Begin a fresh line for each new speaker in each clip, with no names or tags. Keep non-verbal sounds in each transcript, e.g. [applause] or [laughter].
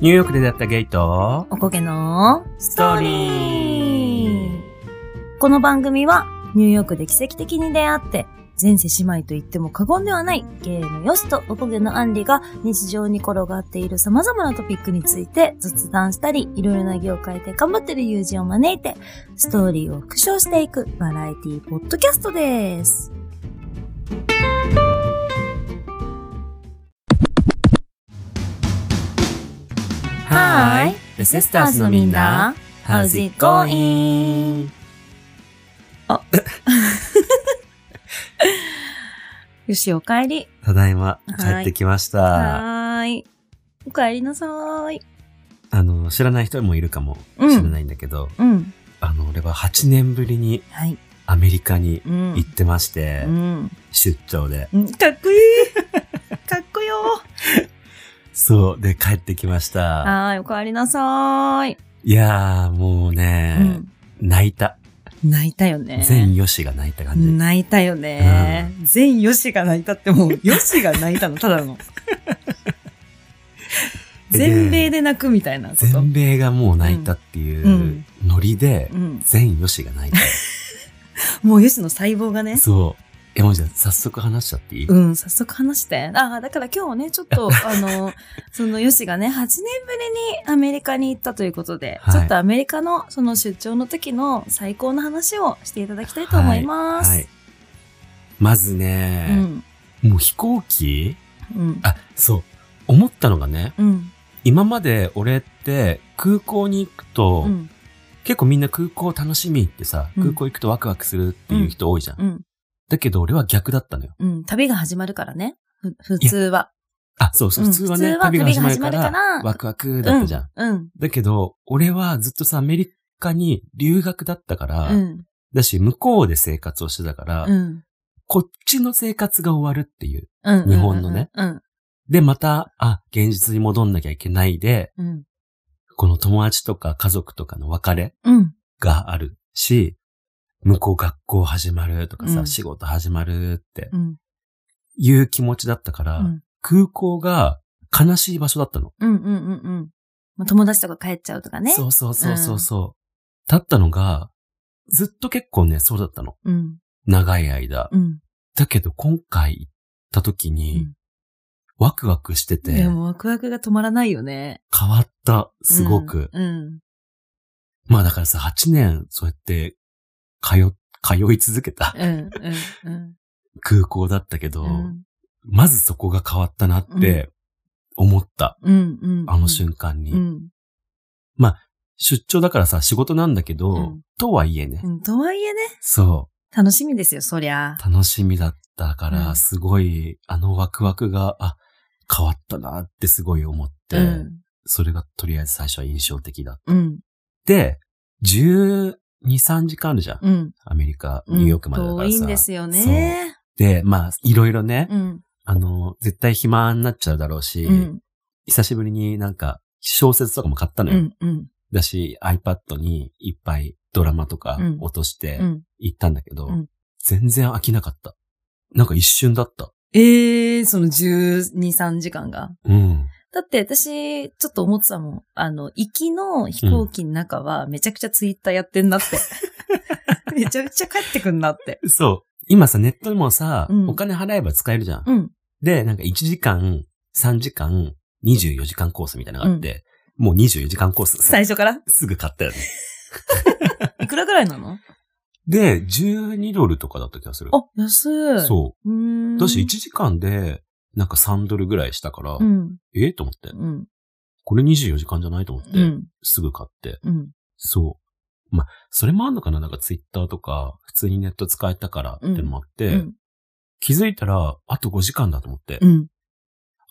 ニューヨークで出会ったゲイと、
おこげの
ス
ストーリーこの番組はニューヨークで奇跡的に出会って前世姉妹と言っても過言ではないゲイのヨシとおこげのアンリが日常に転がっている様々なトピックについて雑談したりいろいろな業界で頑張ってる友人を招いてストーリーを復唱していくバラエティポッドキャストです。Hi,
The Sisters のみんな、
How's it going? よし、お帰り。
ただいま、帰ってきました。
はーい。お帰りなさーい。
あの、知らない人もいるかもし
うん
れないんだけど、
うん。
あの、俺は8年ぶりに
はい。
アメリカに
うん。
行ってまして、
うん。
出張で。
うんかっこ
[laughs]
いい。かっこよ。
そう、で、帰ってきました。
はーい、お帰りなさーい。
いやー、もうね、泣いた。
泣いたよね。
全ヨシが泣いた感じ。
泣いたよね。全ヨシが泣いたってもう、ヨシが泣いたの、た
[laughs]
だの。全米で泣くみたいなこと。
全米がもう泣いたっていううんノリで
う、ん、
全ヨシが泣いた。
もうヨシの細胞がね。
そう。え、もうじゃあ早速話しちゃっていい、
うん、早速話して。ああ、だから今日ね、ちょっ
[laughs]
と、あの、その、ヨシがね、8年ぶりにアメリカに行ったということで、
はい
ちょっとアメリカの、その出張の時の最高の話をしていただきたいと思います。
はい。まず
う
ね、
ん、
もう飛行機
うん、
あ、そう。思ったのがね、
うん、
今まで俺って空港に行くと、
うん、
結構みんな空港楽しみってさ、
うん
空港行くとワクワクするっていう人多いじゃん。
うん、
だけど俺は逆だったのよ。
うん、旅が始まるからね。ふ普通は。
あ、そうそう、
うん
普通はね、
普通は
旅が始まるか
旅が始まる
ら
か、ら
ワクワクだったじゃん。
うん、
だけど、俺はずっとさ、アメリカに留学だったから、
うん、
だし、向こうで生活をしてたから、
うん、
こっちの生活が終わるっていう。
うん。
日本のね
うん、
で、また、あ、現実に戻んなきゃいけないで、
うん、
この友達とか家族とかの別れ
うん、
があるし、向こう学校始まるとかさ、
うん
仕事始まるって
うん、
いう気持ちだったから、
うん、
空港が悲しい場所だったの。
うん、うん、うん、うん。まあ友達とか帰っちゃうとかね。
そうそうそうそうそう。だったのが、ずっと結構ね、そうだったの。
うん、
長い間。
うん。
だけど今回行った時に、
うん
ワクワクしてて、
で
変
もワクワクが止まらないよね。
わった、すごく。
うん。うん
まあだからさ、8年、そうやって、通、通い続けた
うんうん
空港だったけど、
うん
まずそこが変わったなって思った、
うんうん
あの瞬間に。
うん
出張だからさ、仕事なんだけど、
うん
とはいえね、
うん。とはいえね、
そ
楽しみですよ、そりゃ
う、。楽しみだったから、
うん
すごい、あのワクワクが、あ、変わったなってすごい思って、
うん
それがとりあえず最初は印象的だった。
うん
で、12、3時間あるじゃん。
うん。
アメリカ、
うん
ニューヨークまでだからさ。
遠いんですよね。
で、まあ、いろいろね、
うん。
あの、絶対暇になっちゃうだろうし、
うん。
久しぶりになんか、小説とかも買ったの
う
よ。
ん。うん。
だし、iPad にいっぱいドラマとか
うん
落として
うん
行ったんだけど、
うん
全然飽きなかった。なんか一瞬だった。
ええ、その12、3時間が。
うん。
だって私、ちょっと思ってたもん。あの、行きの飛行機の中はめちゃくちゃツイッターやってん
[laughs]
なって。めちゃくちゃ帰ってくんなって。
そう。今さ、ネットでもさ、
うん
お金払えば使えるじゃん。
うん。
で、なんか1時間、3時間、24時間コースみたいなのがあって、もう24時間コース
最初から。
すぐ買ったよね。
いくらぐらいなの
で、12ドルとかだった気がする。
あ、安い。
そう。
うーん。
だし、1時間で、なんか3ドルぐらいしたから、
うん。
ええと思って。
うん。
これ24時間じゃないと思って、
うん。
すぐ買って。
うん。
そう。まあ、それもあんのかななんかツイッターとか、普通にネット使えたからってのもあって、
うん。
気づいたら、あと5時間だと思って、
うん。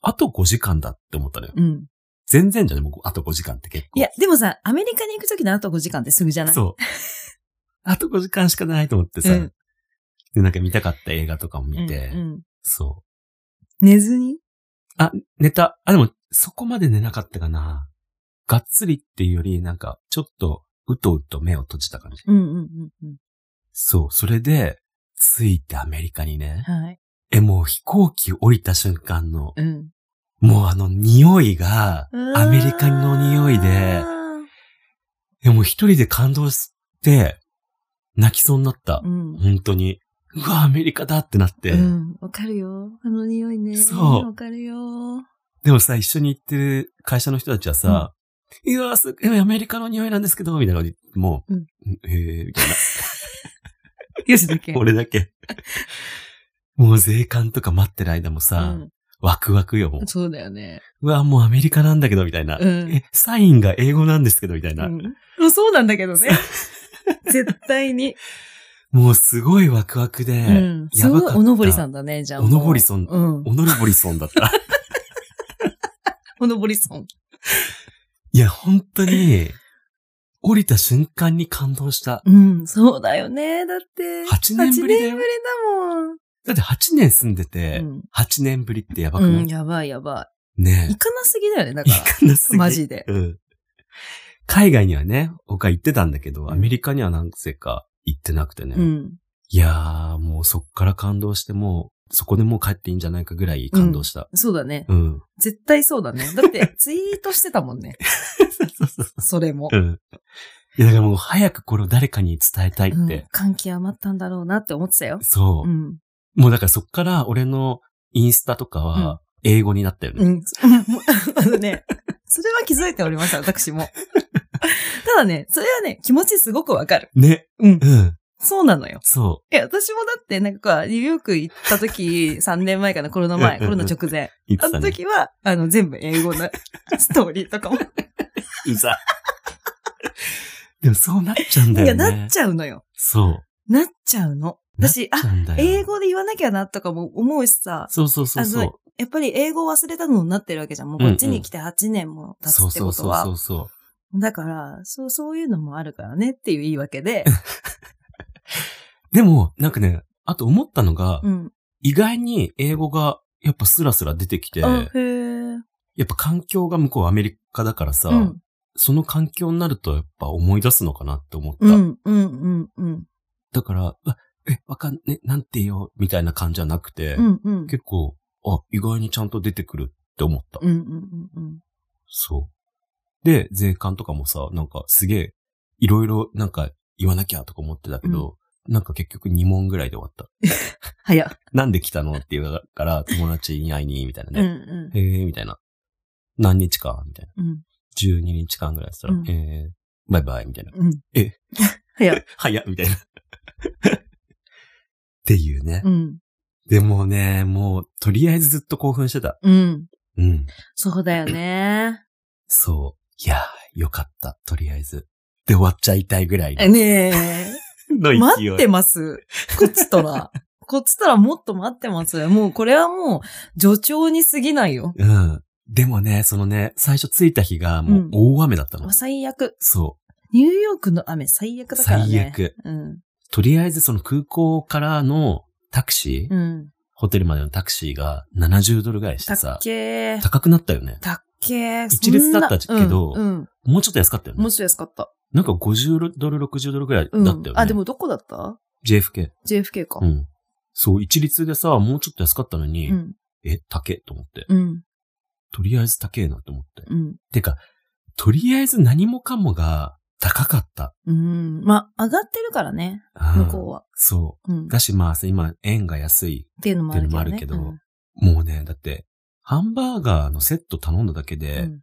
あと5時間だって思ったのよ。
うん。
全然じゃね、もうあと5時間って結構。
いや、でもさ、アメリカに行くときのあと5時間ってすぐじゃない
そう。あと5時間しかないと思ってさ、
うん
で、なんか見たかった映画とかも
うん
見て、
うん
そ
寝ずに
う。寝た、あ、でも、そこまで寝なかったかな。がっつりっていうより、なんか、ちょっと、うとうと目を閉じた感じ。
うんうんうんうん。
そう、それで、着いてアメリカにね。
はい。
え、もう飛行機降りた瞬間の、
うん。
もうあの匂いが、
うーん
アメリカの匂いで、でも一人で感動して、泣きそうになった
う。ん。
本当に。うわ、アメリカだってなって。
うん。わかるよ。あの匂いね。
そう
わかるよ。
でもさ、一緒に行ってる会社の人たちはさ、うわ、すえアメリカの匂いなんですけど、みたいなのに、もう、
うん
えー、みたいな。
よしだけ。
俺だけ。 [laughs] もう税関とか待ってる間もさ、ワクワクよ、もう
うん。。そうだよね。
うわ、もうアメリカなんだけど、みたいな。
うん
え、サインが英語なんですけど、みたいな。
うんもうそうなんだけどね。絶対に。
もうすごいワクワクで、
うん。す
やば
ご
かっ
い
た。
おのぼりさんだね、じゃあもう。
おのぼりさん
うん。
おのぼりソンだった。 [laughs]
おのぼりさん。
いや、本当に、降りた瞬間に感動した。
うん、そうだよね。だって。
8年ぶりだ
8年
よ
ぶ。り
だって8年住んでて、
だもん。
8年ぶりってやばく
う
ない、
ん。うん、やばいやばい。
ね
行かなすぎだよね、だ
え。
か
い
ら。
かなすぎ
マジで。
うん。海外にはね、他行ってたんだけど、
ん
アメリカには何故か行ってなくてね。
うん。
いやー、もうそっから感動して、もう、そこでもう帰っていいんじゃないかぐらい感動した。
そうだね。
うん。
絶対そうだね。だ
[laughs]
って、ツイートしてたもんね。
そうそうそう。
それも。
うん。いや、だからもう早くこれを誰かに伝えたいって。
うん感極まったんだろうなって思ってたよ。
そうう。
ん。
もうだからそっから俺のインスタとかは英語になったよね。
うん。 [laughs] あのね、それは気づいておりました、私
[laughs]
も。ただね、それはね、気持ちすごくわかる。
ね。
うん。
うん。
そうなのよ。
そ
いや、私もだって、なんか、ニューヨーク行った時、3年前かな、コロナ
う
前、
ん
コ
うんう
ロ
ん
ナ直前。
う。言っ
あ
てた
の
ね。
時は、あの、全部英語のストーリーと
[laughs]
かも。
う
[laughs]
ざ。でもそうなっちゃうんだ
いや、
よね。
なっちゃうのよ。
そう。
なっちゃうの。私、あ、
あ、
英語で言わなきゃなとかも思うしさ、
そうそうそうそう。
やっぱり英語忘れたのになってるわけじゃん。もうこっちに来て8年も経
そ
つ
う
って
そ
こ
う
と
そうそ
は。
うそ
だから、そう、そういうのもあるからねっていう言い
[laughs]
訳で。
う。でも、なんかね、あと思ったのが、
うん。
意外に英語がやっぱスラスラ出てきて、
あ
や、
へー
っぱ環境が向こうアメリカだからさ、
うん。
その環境になるとやっぱ思い出すのかなって思った。
うん、うん、うん、うん。
だから、うわえ、わかんね、なんて言おう、みたいな感じじゃなくて、
うん、うん。
結構、あ、意外にちゃんと出てくるって思った。
うん、うん、うんうん。
そう。で、税関とかもさ、なんかすげえ、いろいろなんか言わなきゃとか思ってたけど、なんか結局2問ぐらいで終わった。
早っ。
なんで来たのって言うから、友達に会いに、みたいな
うん、
ね。
う
えー、みたいな。何日間みたいな。
ん。うん。
12日間ぐらいしたら、
うん
えー、バイバイ、みたいな。
うん。
え
[laughs] 早っ。
早っ、みたいな。 [laughs] っていうね。
うん。
でもね、もう、とりあえずずっと興奮してた。
うん。
うん。
そうだよね。
そう。いやー、よかった。とりあえず。で終わっちゃいたいぐらいの
ね
の勢
え。
い。
待ってます。こっちと
[laughs]
ら。こっちとらもっと待ってます。もうこれはもう、助長に過ぎないよ。
うん。でもね、そのね、最初着いた日がもう大雨だったの。
最悪。
そ
ニューヨークの雨最悪だからね。
最悪。
うん。
う。とりあえずその空港からのタクシー、
うん。
ホテルまでのタクシーが70ドルぐらいして
たっ
さ、
けー。
高くなったよね。
たっけー。
一律だった
そんな
けど
うん。うん
もうちょっと安かったよね
も。し安かった。
なんか50ドル、60ドルぐらいだ
う
っ
ん。
たよね。
あ、でもどこだった
JFK。
?JFK か
う。ん。そう、一律でさ、もうちょっと安かったのに、
うん。
え、高えと思って。
うん。
とりあえず高えなと思って。
うん。
てか、とりあえず何もかもが高かった。
うん。まあ、上がってるからね。
うん
向こうは。
そう。
うん。っ
だしまあさ、今、円が安い。
ていうのもあるけど、ね。
っていうのもあるもうね、だって、ハンバーガーのセット頼んだだけ
うんう
で
ん、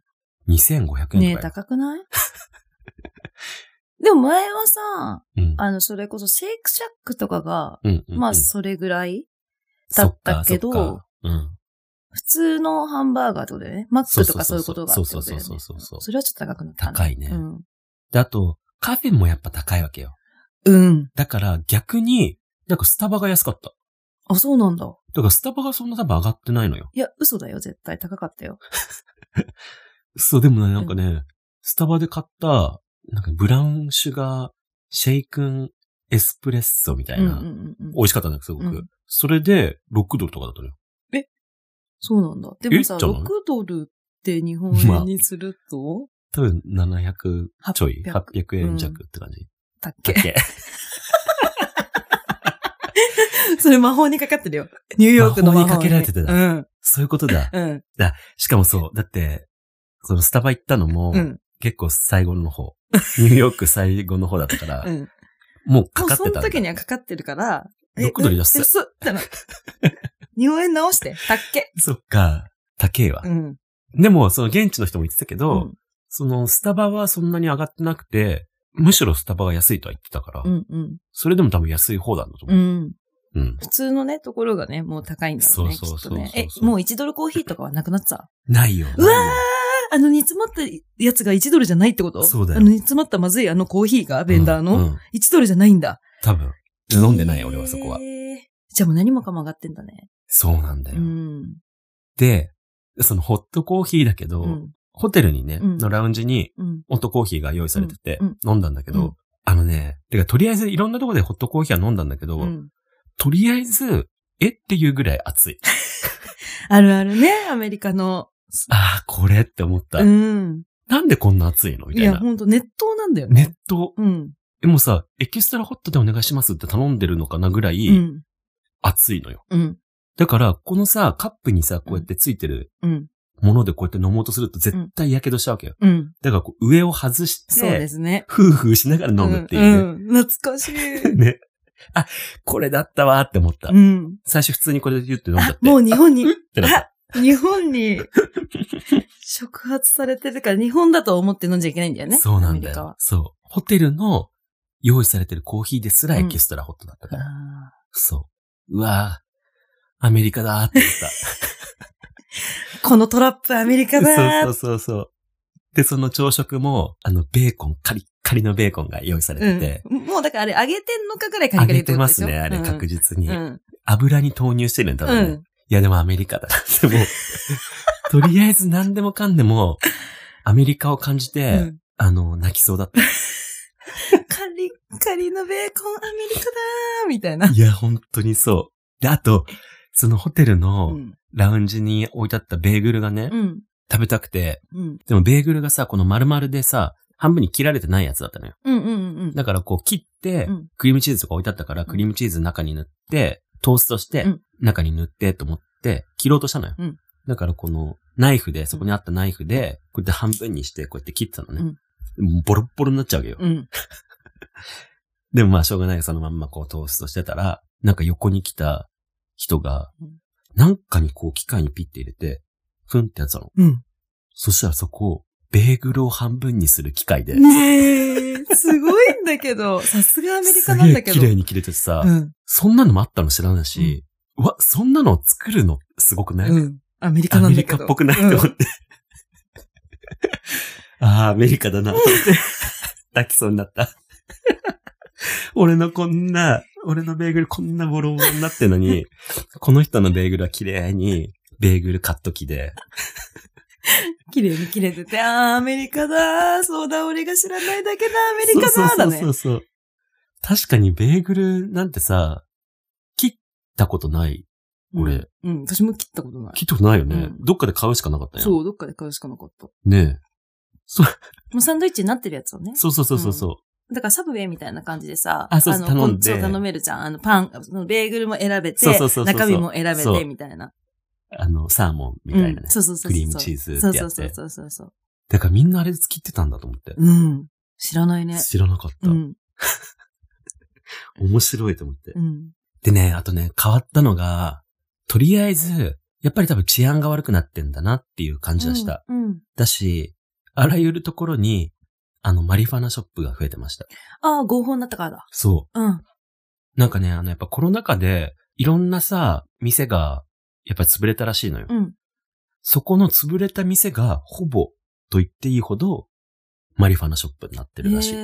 2500円とかよ、
ねえ、高くない [laughs] でも前はさ、
うん。
あの、それこそシェイクシャックとかが、
うんうんうん
まあ、それぐらい
そ
だ
っ
っ
か
たけど
そっかうん。
普通のハンバーガーってことだよね。マックとかそういうことがあ
そ
っ
う
て
そ
こ
う
とだ
そう
よね。
そうそうそう。
それはちょっと高くなった、
高いね
うん。
で、あと、カフェもやっぱ高いわけよ。
うん。
だから逆に、なんかスタバが安かった。
あ、そうなんだ。
だからスタバがそんな多分上がってないのよ。
いや、嘘だよ、絶対。高かったよ。
そう、でもね、なんかね、スタバで買った、なんかブラウンシュガー、シェイクンエスプレッソみた
う
い
んう
な、
んうんう
美
ん。
味しかったんだけど、すごく。
うん
それで、6ドルとかだったのよ。
そうなんだ。でもさ、
えじゃない
6ドルって日本円にすると、
多分、700ちょい、
800
800円弱って感じ。
だっ
だ
け
っ
[laughs]
け
それ魔法にかかってるよ。ニューヨークの魔法に。
魔法にかけられてた
うん。
そういうことだ。
うん。
しかもそう、だって、そのスタバ行ったのも、
うん。
結構最後の方。 [laughs] ニューヨーク最後の方だったから、
うん。
もうか
もう
かって
その
たんだ。
時にはかかってるから、
どこ取り出す
すすってな。日本円直して、たっ
[laughs]
け。
そっか、高えわ。
うん。
でも、その現地の人も言ってたけど、
うん
そのスタバはそんなに上がってなくて、むしろスタバが安いとは言ってたから、
うんうん。
それでも多分安い方なんだと
う
思う。
ん。
うん。
普通のね、ところがね、もう高いんだろうね。
そうそうそう
きっとね
そうそうそう
え、もう1ドルコーヒーとかはなくなってた
ないよ。
うわー
ないよ
あの煮詰まったやつが1ドルじゃないってこと
そうだよ
あの煮詰まったまずいあのコーヒーが、ベンダー
うんう
の、
ん
1ドルじゃないんだ。
多分。飲んでない、俺はそこは
へ。ー。じゃあもう何もかも上がってんだね。
そうなんだ
う
よ。
ん。
で、そのホットコーヒーだけど、
うん。
ホテルにね、
うん
のラウンジに、
うん。
ホットコーヒーが用意されてて、
うん
飲んだんだけど、
うん
あのね、てかとりあえずいろんなところでホットコーヒーは飲んだんだけど、
うん
とりあえず、えっていうぐらい熱
[laughs]
い。
あるあるね、アメリカの。
ああ、これって思った。
うん。
なんでこんな熱いのみ
い
たい
や、
な。
ほんと、熱湯なんだよね。
熱湯。
うん。
でもさ、エキストラホットでお願いしますって頼んでるのかなぐら
う
い
ん。
熱いのよ。
うん。
だから、このさ、カップにさ、こうやってついてる
うん。
ものでこうやって飲もうとすると絶対火傷しちゃうわけよ。
うん。
だからこう上を外し
そうで
て、
すね。
ふうふうしながら飲むっていうね。
んうん。懐かし
[laughs]
い。
ね。あ、これだったわーって思った。
うん。
最初普通にこれで言って飲んじゃっ
あ
て。、
もう日本に
うっ、てなった。
日
[laughs]
本に触発されてるから、日本だと思って飲んじゃいけないんだよね。
そうなんだ
アメリカ
よ
は。。
そう。ホテルの用意されてるコーヒーですら
うん
エキストラホットだったから。
あ
そう。うわーアメリカだーって思った。
[laughs] ーこのトラップアメリカだー
そうそうそうそう。で、その朝食も、あの、ベーコン、カリッカリのベーコンが用意されてて、
うん、もうだからあれ揚げてんのかぐらいカリ
揚
カリ
げ
って
て
こと
ま
でし
す
ょ
ね、あれ、確実に。
うん。
油に投入してるんだ、多
う
分ね
ん。
いや、でもアメリカだなって。
[laughs]
もう、とりあえず何でもかんでも、アメリカを感じ
う
て、
ん。
あの、泣きそうだった。
カリッカリのベーコンアメリカだーみたいな。
いや、本当にそう。で、あと、そのホテル
う
の
ん。
ラウンジに置いてあったベーグルがね、
うん。
食べたくて、
うん。
でもベーグルがさ、この丸々でさ、半分に切られてないやつだったのよ。
うん。うん。
だからこう切って
うん、
クリームチーズとか置いてあったから、
ん
クリームチーズ中に塗って、トーストして
うん、
中に塗ってと思って、切ろうとしたのよ
うん。
だからこのナイフで、そこにあったナイフで、こうやって半分にして、こうやって切ってたのね。もうボロッボロになっちゃうわけよ。
うん。
でもまあしょうがないそのまんまこうトーストしてたら、なんか横に来た人が
うん、
なんかにこう機械にピッて入れて、ふんってやってたの。
うん。
そしたらそこを、ベーグルを半分にする機械で、
ねえ、すごいんだけど、さすがアメリカなんだけど。
すげえ綺麗に切れててさ、
うん。
そんなのもあったの知らないし、うわ、そんなの作るのすごくない、
うん。アメリカ
ア
な
メ
んだ
リ
け
カ
ど。
っぽくないと思って。 [laughs] ああ、アメリカだなと思って。泣きそうになった。俺のこんな、俺のベーグルこんなボロボロになってんのに、この人のベーグルは綺麗に、ベーグルカット機で、
うん [laughs] 綺麗に切れてて、あー、アメリカだー、そうだ、俺が知らないだけだ、アメリカだーだね。
そうそうそうそう。確かにベーグルなんてさ、切ったことない。俺
うん。うん、私も切ったことない。
切ったことないよね。
うん
どっかで買うしかなかったよ。
そう、どっかで買うしかなかった。も
ねえ。そう
サンドイッチになってるやつをね。
そうそうそうそうそう。
だからサブウェイみたいな感じでさ、
あそうそう
の
頼んで
そう頼めるじゃん。あの、パン、そのベーグルも選べて、
そうそうそうそう
中身も選べ
そう
て、みたいな。
あの、サーモンみたいなね
うん。そうそうそうそう。
クリームチーズって
そ
やって
うそうそうそうそうそう。
だからみんなあれ切ってたんだと思って。
うん。知らないね。
知らなかった、
うん。
面白いと思って。
うん。
でね、あとね、変わったのが、とりあえず、やっぱり多分治安が悪くなってんだなっていう感じがした。
うん。うん
だし、あらゆるところに、あの、マリファナショップが増えてました。
ああ、合法になったからだ。
そ
うん。
う。なんかね、あの、やっぱコロナ禍で、いろんなさ、店が、やっぱり潰れたらしいのよ。
うん。
そこの潰れた店が、ほぼ、と言っていいほど、マリファナショップになってるらしい。
へ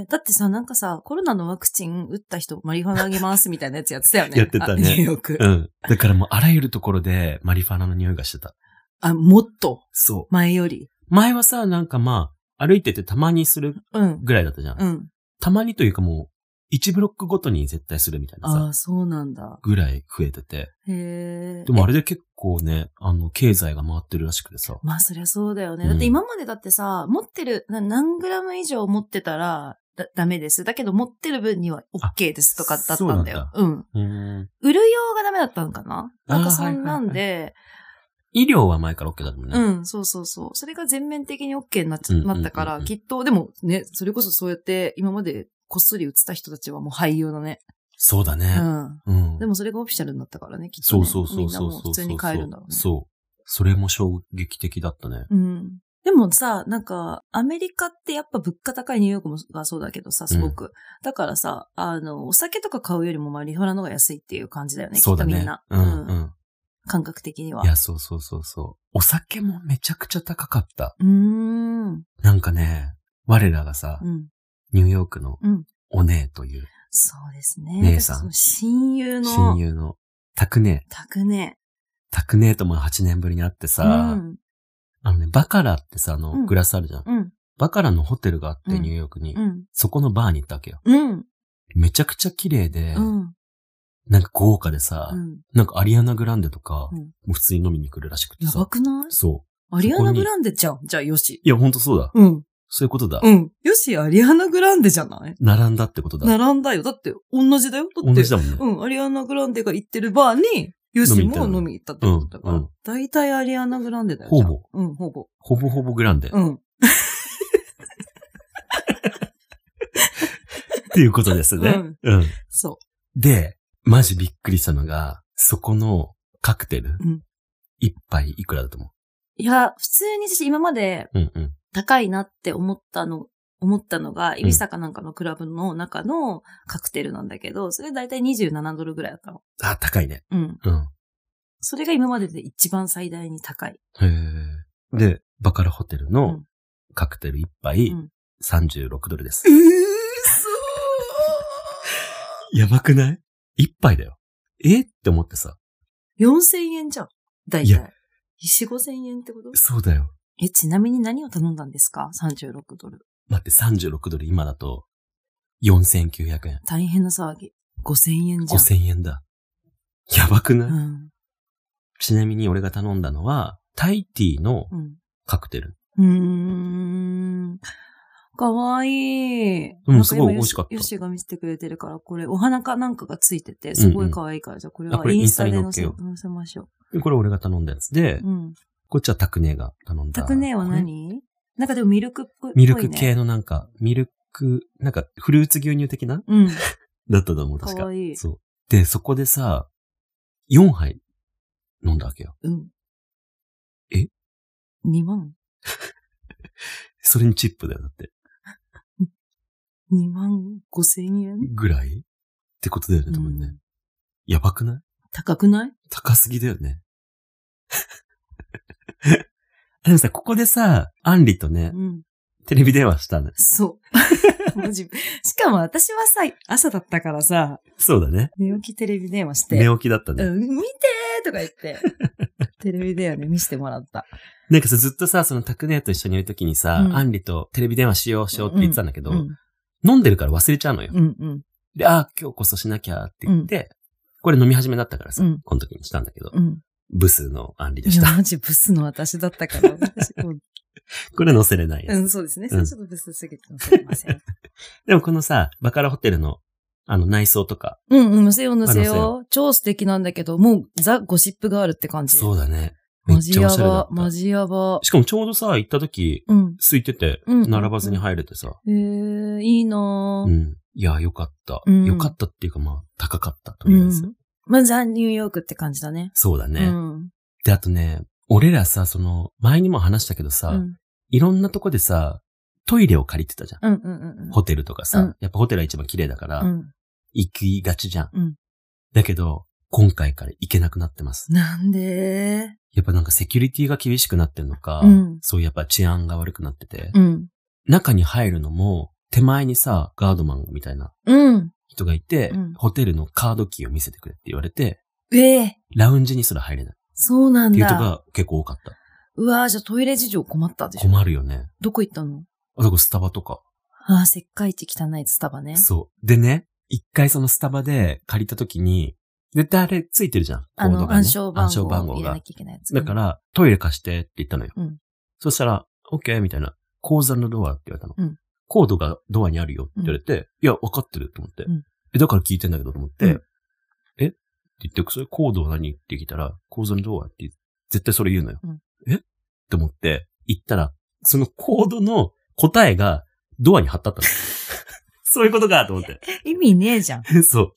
え。だってさ、なんかさ、コロナのワクチン打った人、マリファナあげますみたいなやつやってたよね。
やってたね
あニューヨーク。
うん。だからもうあらゆるところでマリファナの匂いがしてた。
あ、もっと、
そ
前より。
う。前はさ、なんかまあ、歩いててたまにする
うん。
ぐらいだったじゃん。
うん。
たまにというかもう、1ブロックごとに絶対するみたいな
あ
さ、
あ、そうなんだ。
ぐらい増えてて。
へえ。
でもあれで結構ね、あの、経済が回ってるらしくてさ。
まあそりゃそうだよね。
うん
だって今までだってさ、持ってる、な何グラム以上持ってたらだダメです。だけど持ってる分には OK ですとかだったんだよ。うん
うーん。
売る用がダメだったのかな
あー
なんかそんなんで、
医療は前から OK だもんね。
うん、そうそうそう。それが全面的に OK になっちゃ
うんうんうんう
なんったから、きっと、でもね、それこそそうやって今までこっそり映った人たちはもう俳優だね。
そうだ
う
ね。
ん。
うん。
でもそれがオフィシャルになったからね、きっと
そ
ね、
うそうそう
みんな
そう
もう
そ
普
うそ
通
う。
に帰るんだろうね。
そう。それも衝撃的だったね。
うん。でもさ、なんか、アメリカってやっぱ物価高いニューヨークもがそうだけどさ、すごく。だからさ、あの、お酒とか買うよりもマリファナの方が安いっていう感じだよね、
そうだ
きっとみん
ね
な。。
うんう
う
んん。。
感覚的にはい
や、そうそうそうそう。お酒もめちゃくちゃ高かった。
うーん。
なんかね、我らがさ、
うん。
ニューヨークの
うん
お姉という
そうですね。
姉さん
私その親友の、
親友のタクネ、
たくね。
タクネとも8年ぶりに会ってさ、
うん。
あのね、バカラってさ、あ
うん
の、グラスあるじゃん。
うん。
バカラのホテルがあっ
う
て、
ん
ニューヨークに、
うん。
そこのバーに行ったわけよ。
うん。
めちゃくちゃ綺麗で、
うん。
なんか豪華でさ、
うん。
なんかアリアナ・グランデとか、
うん
もう普通に飲みに来るらしくて
や
さ
ば。くない
そう。
アリアナ・グランデじゃん。じゃあ、よし。
いや、ほんとそうだ。
うん。
そういうことだ。
うん。よし、アリアナ・グランデじゃない
並んだってことだ。
並んだよ。だって、同じだよ。だ
同
って
じ、だもんね。
うん、アリアナ・グランデが行ってるバーに、ヨシも飲み行ったってことだか
う
ら
んうん。
大体アリアナ・グランデだよ。
ほぼ
じゃあ。うん、ほぼ。
ほぼほぼグランデ。
う
っ
ん。
ていうことですね。うん。
そ
で、マジびっくりしたのが、そこのカクテル
うん、
一、杯いくらだと思
う。いや、普通に私今まで
ううんうん。
高いなって思ったの、思ったのが、イビサかなんかのクラブの中のカクテルなんだけど、それ大体27ドルぐらいだったの。
あ、高いね。
うん。
うん。
それが今までで一番最大に高い。
へーで、バカラホテル
う
の
ん
カクテル一杯、
うん
36ドルです。
[laughs] うー
やばくない一杯だよ。えって思ってさ。
!4000 円じゃん。大
いや
体。4、5000円ってこと
そうだよ。
え、ちなみに何を頼んだんですか ?36 ドル。
待って、36ドル今だと、4900円。
大変な騒ぎ。5000円じゃん。
5000円だ。やばくない、
うん。
ちなみに俺が頼んだのは、タイティーの
うん。
カクテル。
うーん。かわいい。
うん
なん
すごい
今
美味しかった
よしが見せてくれてるから、これ、お花かなんかがついてて、すごい可愛いから、じゃあこれ
あ
は
これ
インスタで載せ
インス
載せましょ
これ俺が頼んだやつで
う。、うん。
こっちはタクネが頼んだ。
タクネーは何なんかでもミルクっぽい、ね。
ミルク系のなんか、ミルク、なんかフルーツ牛乳的な
うん。
だったと思う、確か。
かわいい
そう。で、そこでさ、4杯飲んだわけよ。
うん。
え
?2 万
それにチップだよ、だって。
?2 万5千円
ぐらいってことだよね、多分ね。
うん
やばくない
高くない
高すぎだよね。 [laughs] でもさ、ここでさ、アンリとね
う、ん。
テレビ電話したね。 [laughs]
そう。マジしかも私はさ、朝だったからさ、
そうだね。
寝起きテレビ電話して、
寝起きだったね。
うん、見てーとか
[laughs]
言って、テレビ電話で見せてもらった。
なんかさ、ずっとさ、そのタクネと一緒にいるときにさ、
うん
アンリとテレビ電話しようしようって言ってたんだけど、
うん、
飲んでるから忘れちゃうのよ。
うん、うん、
で、ああ、今日こそしなきゃって言って、これ飲み始めだったからさ、
うん
この時にしたんだけど、
うん。
ブスのアンリで
い
し
や、
た。
マジブスの私だっ
[laughs]
たから、私もう、
これ載せれないや
う
つ。
ん、そうですね。
うん
ちょっとブスすぎてすいません。
でもこのさ、バカラホテルの、あの内装とか、
うん、うん、乗せよう乗せ
あ乗せよ
よう。超素敵なんだけど、もうザ・ゴシップガールって感じ。
そうだね。め
マ
っち
ジ
ゃ
や
おしゃれだ
ば
っ、
マ
た。
ジやば。
しかもちょうどさ、行った時、
うん。
空いてて、
うん
並ばずに入れてさ、
へえー、いいな
う
ぁ。
ん。いや、よかった。
うん
よかったっていうか、まあ、高かった、と
う
りあ
ん
えず。。
まあ、ザ・ニューヨークって感じだね。
そうだね。
うん。
で、あとね、俺らさ、その、前にも話したけどさ、
うん、
いろんなとこでさ、トイレを借りてたじゃん。
うん、うんうん。
ホテルとかさ、
うん
やっぱホテルは一番綺麗だから、
うん。
行きがちじゃん。
うん
だけど、今回から行けなくなってます。
なんで
やっぱなんかセキュリティが厳しくなってるのか、
うん
そうやっぱ治安が悪くなってて、
うん。
中に入るのも、手前にさ、ガードマンみたいな
うん。
人がいて、
うん
ホテルのカードキーを見せてくれって言われて、
ええ
ラウンジにすら入れないっ
そうなん
ていう人
だ。
が結構多かった。
うわーじゃあトイレ事情困ったでしょ
困るよね。
どこ行ったの
あそこスタバとか。
ああ、せっかいち汚いスタバね。
そう。でね、一回そのスタバで借りた時に、絶対あれついてるじゃん。
あ
コード
の、
がね
暗証番
暗証番
号を
号
入れ
が
な。きゃいけないやつ。
だから、トイレ貸してって言ったのよ。
うん
そしたら、OK みたいな、口座のドアって言われたの。
うん
コードがドアにあるよって言われて、いや、わかってると思って、
うん
え、だから聞いてんだけどと思って、
うん
えって言って、それコードは何って聞いたら、口座のドアって絶対それ言うのよ。
うん
えって思って、行ったら、そのコードの答えがドアに貼ってあった
[laughs]
の。そういうことかと思って。
意味ねえじゃん。
そう。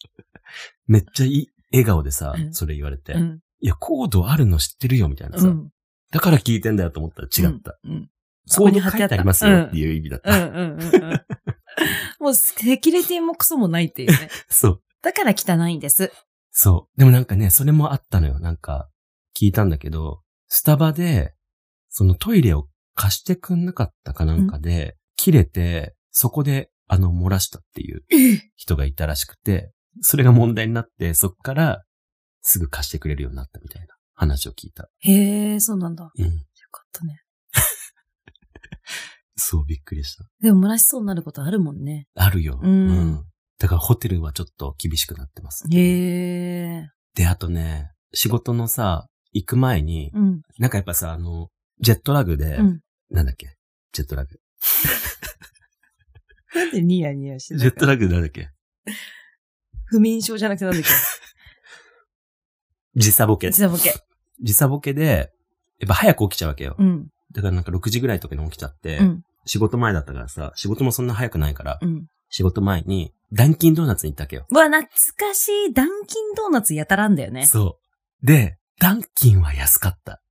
めっちゃいい笑顔でさ
う、ん
それ言われて、
うん。
いや、コードあるの知ってるよ、みたいな
う
さ。
ん。
だから聞いてんだよと思ったら違った。
うん。そ
コ
こ
ー
に
ド
貼って
書
あ
い
った
てありますよっていう意味だっ
うん。う
た。 [laughs]
ん。うん。うん。もう、セキュリティもクソもないっていうね。
そう。
だから汚いんです。
そう。でもなんかね、それもあったのよ。なんか、聞いたんだけど、スタバで、そのトイレを貸してくんなかったかなんかで、切れて、そこで、あの、漏らしたっていう人がいたらしくて、それが問題になって、そっから、すぐ貸してくれるようになったみたいな話を聞いた。
[laughs] へえ、そうなんだ。よ
うん。
かったね。
そう、びっくりした。
でも、漏らしそうになることあるもんね。
あるよ。
うん
だからホテルはちょっと厳しくなってます。
へえ。
で、あとね、仕事のさ、行く前に、
うん。
なんかやっぱさ、あの、ジェットラグで、
うん。
なんだっけジェットラグ。
なんでニヤニヤして
ジェット
ラ
ラグなんだっけ
不眠症じゃなくてなんだっ [laughs] け
時差ボケ。
実はボケ。
時差ボケで、やっぱ早く起きちゃうわけよ。
うん。
だからなんか6時ぐらいとかに起きちゃって、
うん。
仕事前だったからさ、仕事もそんな早くないから、
うん。
仕事前に、ダンキンドーナツに行ったわけよ。
うわ、懐かしい。ダンキンドーナツやたらんだよね。
そう。で、ダンキンは安かった。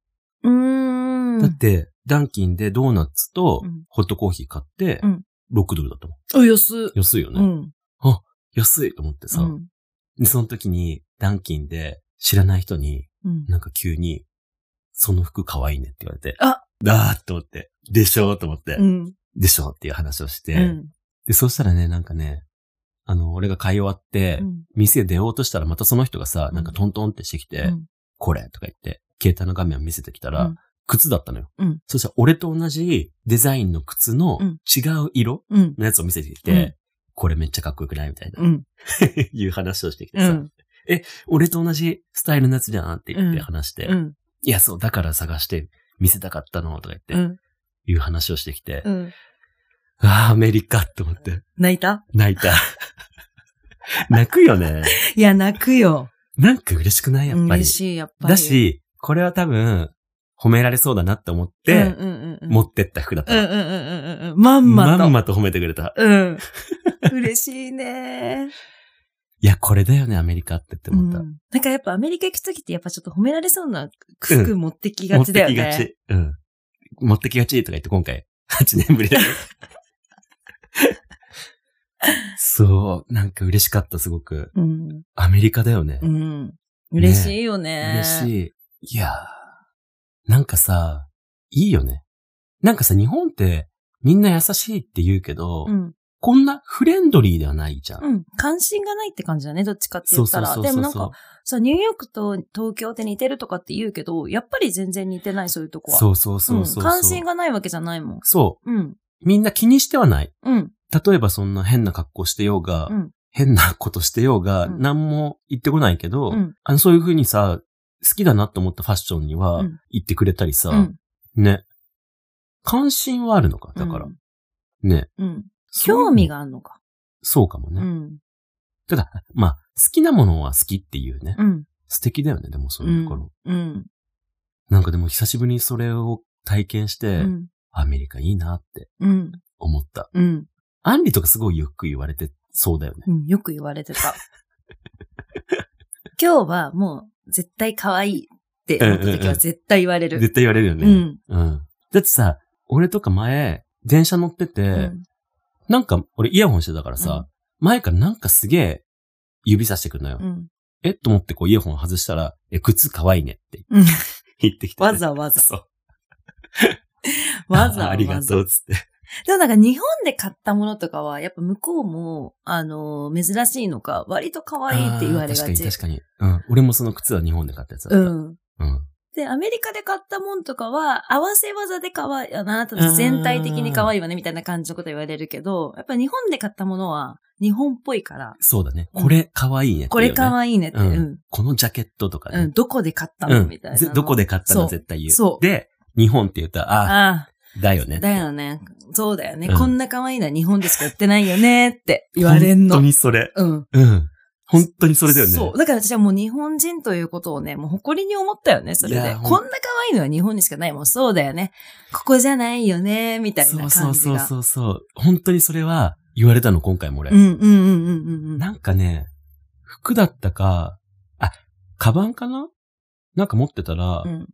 うーん。
だって、ダンキンでドーナツと
うん
ホットコーヒー買って
うん、
6ドルだったもん。
お、安。
安いよね。
うん。
安いと思って
う
さ、
ん。
でその時にダンキンで知らない人に、
うん。
なんか急に、その服可愛いねって言われて、
あ
だーって思って、でしょーと思って、
うん。
でしょーっていう話をして、
うん。
で、そしたらね、なんかね、あの、俺が買い終わって、
うん
店出ようとしたらまたその人がさ
う、ん
なんかトントンってしてきて、
うん
これとか言って、携帯の画面を見せてきたら、
うん
靴だったのよ。
うん
そしたら俺と同じデザインの靴の
うん
違う色
うん。
のやつを見せてきて、
うん
これめっちゃかっこよくないみたいな、
うん。
[laughs] いう話をしてきて
う
さ、
ん。
俺と同じスタイルのやつじゃんって言って
うん
話して、
うん。
いや、そう、だから探して見せたかったの、とか言って、
うん。
いう話をしてきて、
うん。
ああ、アメリカって思って、
泣いた
泣いた。 [laughs] 泣くよね。
いや、泣くよ。
なんか嬉しくないやっぱり。
嬉しい、やっぱり。
だ、し、これは多分、褒められそうだなって思っ
うん
て、
うんうんうん。
持ってった服だっ
う
た
んう
の、
んうんうんうん。まんま
ま
と。
んまと褒めてくれた。 [laughs]
うん。嬉しいね。
いや、これだよね、アメリカってって思った。
うんなんかやっぱアメリカ行くときってやっぱちょっと褒められそうな服持ってき
持
が
って
ちだよ
き
ね。
がち。うん。持ってきがちとか言って今回、8年ぶりだよ。そう、なんか嬉しかった、すごく。
うん。
アメリカだよね
う。ん。嬉しいよね。
嬉しい。いやーなんかさ、いいよね。なんかさ、日本ってみんな優しいって言うけど、
うん。
こんなフレンドリーではないじゃん。
うん。関心がないって感じだね、どっちかって
そ
言
う
った
そう
ら。
そう
でもな
そ
ん
う
か
そ、
さ、ニューヨークと東京って似てるとかって言うけど、やっぱり全然似てない、そういうとこ
う。
は。
そうそうそうそう。
ん。関心がないわけじゃないもん。
そ
うん。
う。みんな気にしてはない。
うん。
例えばそんな変な格好してようが、
うん
変なことしてようが、
うん
何も言ってこないけど、
うん
あのそういう風にさ、好きだなと思ったファッションには
うん
言ってくれたりさ、
うん。
ね。関心はあるのか、だから。
うん
ね。
うん。興味があるのか。
そうかも
う
ね。
ん。
ただ、まあ、好きなものは好きっていうね。
うん。
素敵だよね、でもそういうところ。
うん。
なんかでも久しぶりにそれを体験して、
うん。
アメリカいいなって
うん。
思った。
うん。
アンリとかすごいよく言われてそうだよね。
うん、よく言われてた。 [laughs] 今日はもう絶対可愛いって思った時は絶対言われる。
絶対言われるよ
う
ね。
ん。
うん。だってさ、俺とか前、電車乗ってて、
うん
なんか、俺イヤホンしてたからさ、前からなんかすげえ、指さしてくるのよ。
うん。
えと思ってこうイヤホン外したら、え、靴可愛いねって
うん [laughs]
言ってきて、
わざわざ。
そう。
わざわざ。
[laughs] ありがとうっつっ
[laughs]
て。
でもなんか日本で買ったものとかは、やっぱ向こうも、あのー珍しいのか、割と可愛いって言
あ
われ
ー
がち。
確かに、確かに。うん。俺もその靴は日本で買ったやつだった。
うん。
うん。
で、アメリカで買ったもんとかは、合わせ技で可愛い、あなたたち全体的に可愛いわね、みたいな感じのこと言われるけど、やっぱ日本で買ったものは、日本っぽいから、
そうだね。
うん
これ可愛いねって
こ
いうね、
れ可愛いねって、
うん
うん。
このジャケットとかね。
うん、どこで買った
う
の
ん
みたいな
ぜ
の。
どこで買った
そ
の
う
絶対言う。
そう
で、日本って言ったら、あ
あ
あ、だよねっ
あ、
て。
だよね。そうだよね。
うん
こんな可愛いのは日本でしか売ってないよねって言われん
本
の
当。にそれ。
うん。
うん。本当にそれだよね。
そう。だから私はもう日本人ということをね、もう誇りに思ったよね、それ
い
で
や。ほん
こんな可愛いのは日本にしかない。もうそうだよね。ここじゃないよね、みたい
そ
な
うそ
感
う
じ
そう
が。
そうそう。本当にそれは言われたの、今回も俺。
うんうんうんうんうんうん。
なんかね、服だったか、あ、カバンかななんか持ってたら、
うん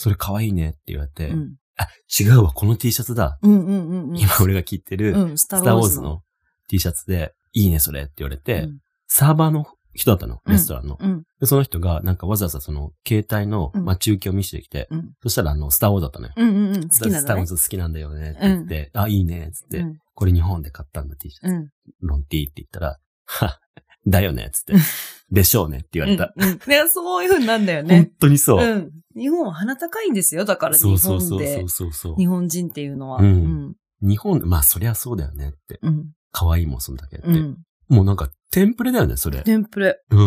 それ可愛いねって言われて、
うん
あ、違うわ、この T シャツだ。
うんうんうんうん。
今俺が着てる、
うん、スタ
スター
ー・
ウォ
ウ
ー
ォー
ズ
ズの。
の T シャツで、いいね、それって言われて、
うん
サーバーの人だったの、
うん
レストランの。
うん
でその人が、なんかわざわざその、携帯の
うん
待ち受けを見せてきて、
うん
そしたらあの、スターウォーズだったのよ。
うんうんうん。好きな
スターウォ
の
ー
ね。
ズ好きなんだよねって言って、あ、いいね、つって、
うん
これ日本で買ったんだ T シャツ。
うん。
ロンティーって言ったら、は、だよね、つって。でしょうねって言われた。
うんうんねそういう風になんだよ
本
ね。
当にそうう。
ん。日本は鼻高いんですよ。だから日
そうそうそうそ
本で
う。そうそう。
日本人っていうのは。
う
うんん。
日本、まあそりゃそうだよねって。
うん。
可愛いもん、そんだけって。
うん。
もうなんか、テンプレだよね、それ。
テンプレ。
うん。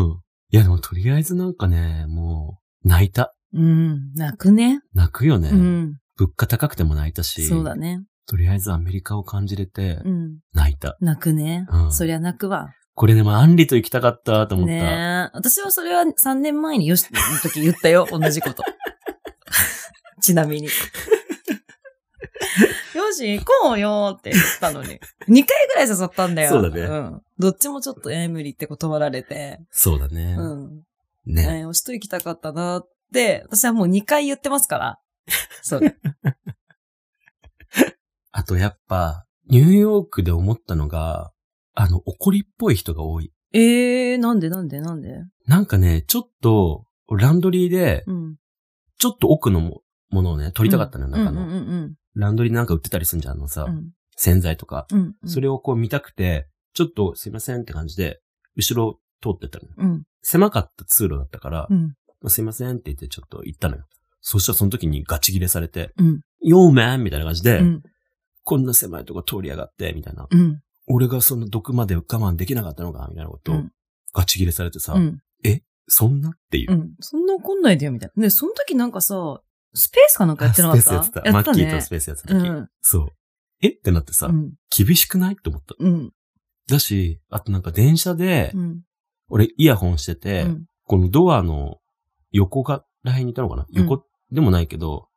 いや、でもとりあえずなんかね、もう、泣いた。
うん。泣くね。
泣くよね。
うん。
物価高くても泣いたし。
そうだね。
とりあえずアメリカを感じれて
う、ん。
泣いた。
泣くね。
うん
そりゃ泣くわ。
これでもアンリと行きたかったと思った。
ねえ。私はそれは3年前によしの時言った
[laughs]
よ。同じこと。 [laughs] ちなみに。よし、行こうよって言ったのに。2回ぐらい誘ったんだよ。
そうだね
ん。どっちもちょっとえ無理って断られて。
そうだね。
うん。
ね。
えー、おしと行きたかったなって、私はもう2回言ってます
[laughs]
から。そう。
あとやっぱ、ニューヨークで思ったのが、あの、怒りっぽい人が多い。
えー、なんでなんでなんで
なんかね、ちょっと、ランドリーで、
うん。
ちょっと奥のもものをね、取りたかったのよ、
うん
中
うん
の。
うん
ランドリーなんか売ってたりすんじゃん、あの
う
さ
ん。う、ん。
洗剤とか。
うん。
そ
れ
れをこう見たくて、ちょっとすいませんって感じで、後ろ通ってったのよ。
うん。
狭かった通路だったから
う、ん。
まあすいませんって言ってちょっと行ったのよ。そしたらその時にガチ切れされて、
うん。
よーめんみたいな感じで
う、ん。
こんな狭いとこ通りやがって、みたいな。
うん。
俺がその毒まで我慢できなかったのか、みたいなこと
う
を
ん
ガチ切れされてさ、
うん。
そんなっていうう。
ん。そんな怒んないでよ、みたいな。ね、その時なんかさ、スペースかなんかやってなかっ
スペー
た
スやってた。マッキーとス
ペ
ペースやってた時。
うん。
そう。えってなってさ、
うん。
厳しくないって思った。
うん。
だし、あとなんか電車で、
うん。
俺イヤホンして
う
て、
ん。
このドアの横が、らへんにいたのかな、
うん
横でもないけど、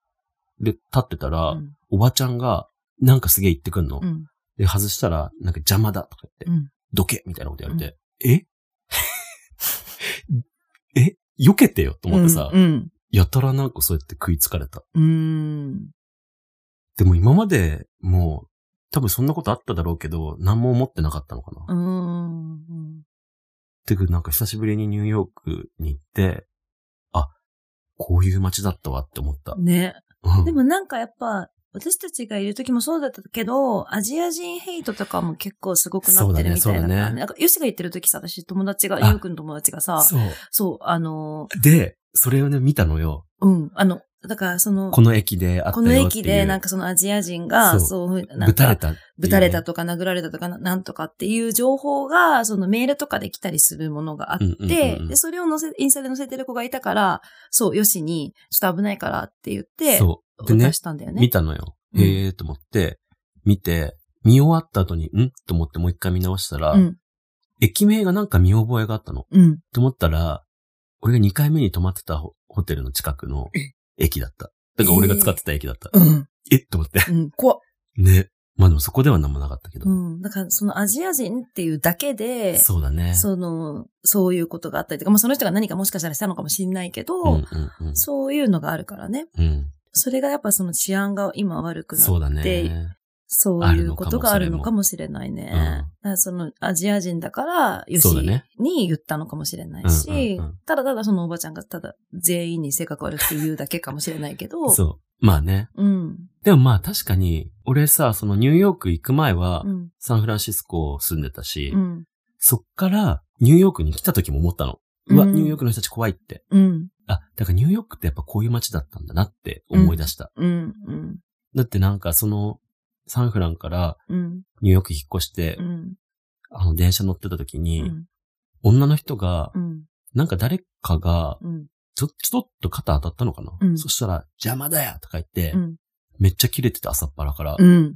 で、立ってたら、おばちゃんが、なんかすげえ言ってくんの。
うん。
で、外したら、なんか邪魔だとか言って、
うん
どけみたいなこと言われて、ええ [laughs] 避けてよと思ってさ、
うん。
やたらなんかそうやって食いつかれた。
うん。
でも今までもう、多分そんなことあっただろうけど、何も思ってなかったのかな。っ
うん。
てくなんか久しぶりにニューヨークに行って、あ、こういう街だったわって思った。
ね。
うん
でもなんかやっぱ、私たちがいる時もそうだったけど、アジア人ヘイトとかも結構すごくなってるみたいな
そうだねそうだね
感じ。なんか、ヨシが言ってる時さ、私友達が、ユウくんの友達がさ、
そう。
そう、あの、
で、それをね、見たのよ。
うん、あの、だからその、
この駅であった
こ
よって
の
いう。
駅でなんかそのアジア人が、
そ
そういうふうな、な
ぶ
ん
た
か
れ、たっていうね。
ぶたれたとか殴られたとかななんとかっていう情報が、そのメールとかで来たりするものがあって、
うんうんうんうん
で、それを載せ、インスタで載せてる子がいたから、そう、よしに、ちょっと危ないからって言って、
そう。でね
渡、したんだよね。
見たのよ。
うん
へえーと思って、見て、見終わった後に、んと思ってもう一回見直したら、
うん、
駅名がなんか見覚えがあったの。
うん。
と思ったら、俺が2回目に泊まってたホホテルの近くの
え
駅だった。だから俺が使ってた駅だった。
うん。
えっと思って。
うん。怖っ
ね。まあでもそこでは何もなかったけど。
うん。だから、そのアジア人っていうだけで、
そうだね。
その、そういうことがあったりとか、まあその人が何かもしかしたらしたのかもしんないけど、
うんうんうん。
そういうのがあるからね。
うん。
それがやっぱその治安が今悪くなって
そうだね。
そういうことがあるのかもしれないね。
あるのかもそれも
だからそのアジア人だから、ヨ
そうだ
シ
ね
に言ったのかもしれないし、
うんうんうん
ただただそのおばちゃんがただ全員に性格悪くて言うだけかもしれないけど、
[laughs]
う。
そう。まあね。
ん。
でもまあ確かに、俺さ、そのニューヨーク行く前は
う、ん。
サンフランシスコ住んでたし、
うん。
そっからニューヨークに来た時も思ったの。うわ、
うん
ニューヨークの人たち怖いって。
うん。
あ、だからニューヨークってやっぱこういう街だったんだなって思い出した。
うん。うん。
だってなんかその、サンフランから
うん。
ニューヨーク引っ越して、
うん。
あの、電車乗ってた時
う
に、
ん。
女の人が、
うん。
なんか誰かが、
うん。
ちょ、ちょっと肩当たったのかな、
うん
そしたら、邪魔だよとか言って、
うん。
めっちゃ切れてた朝っぱらから、
うん。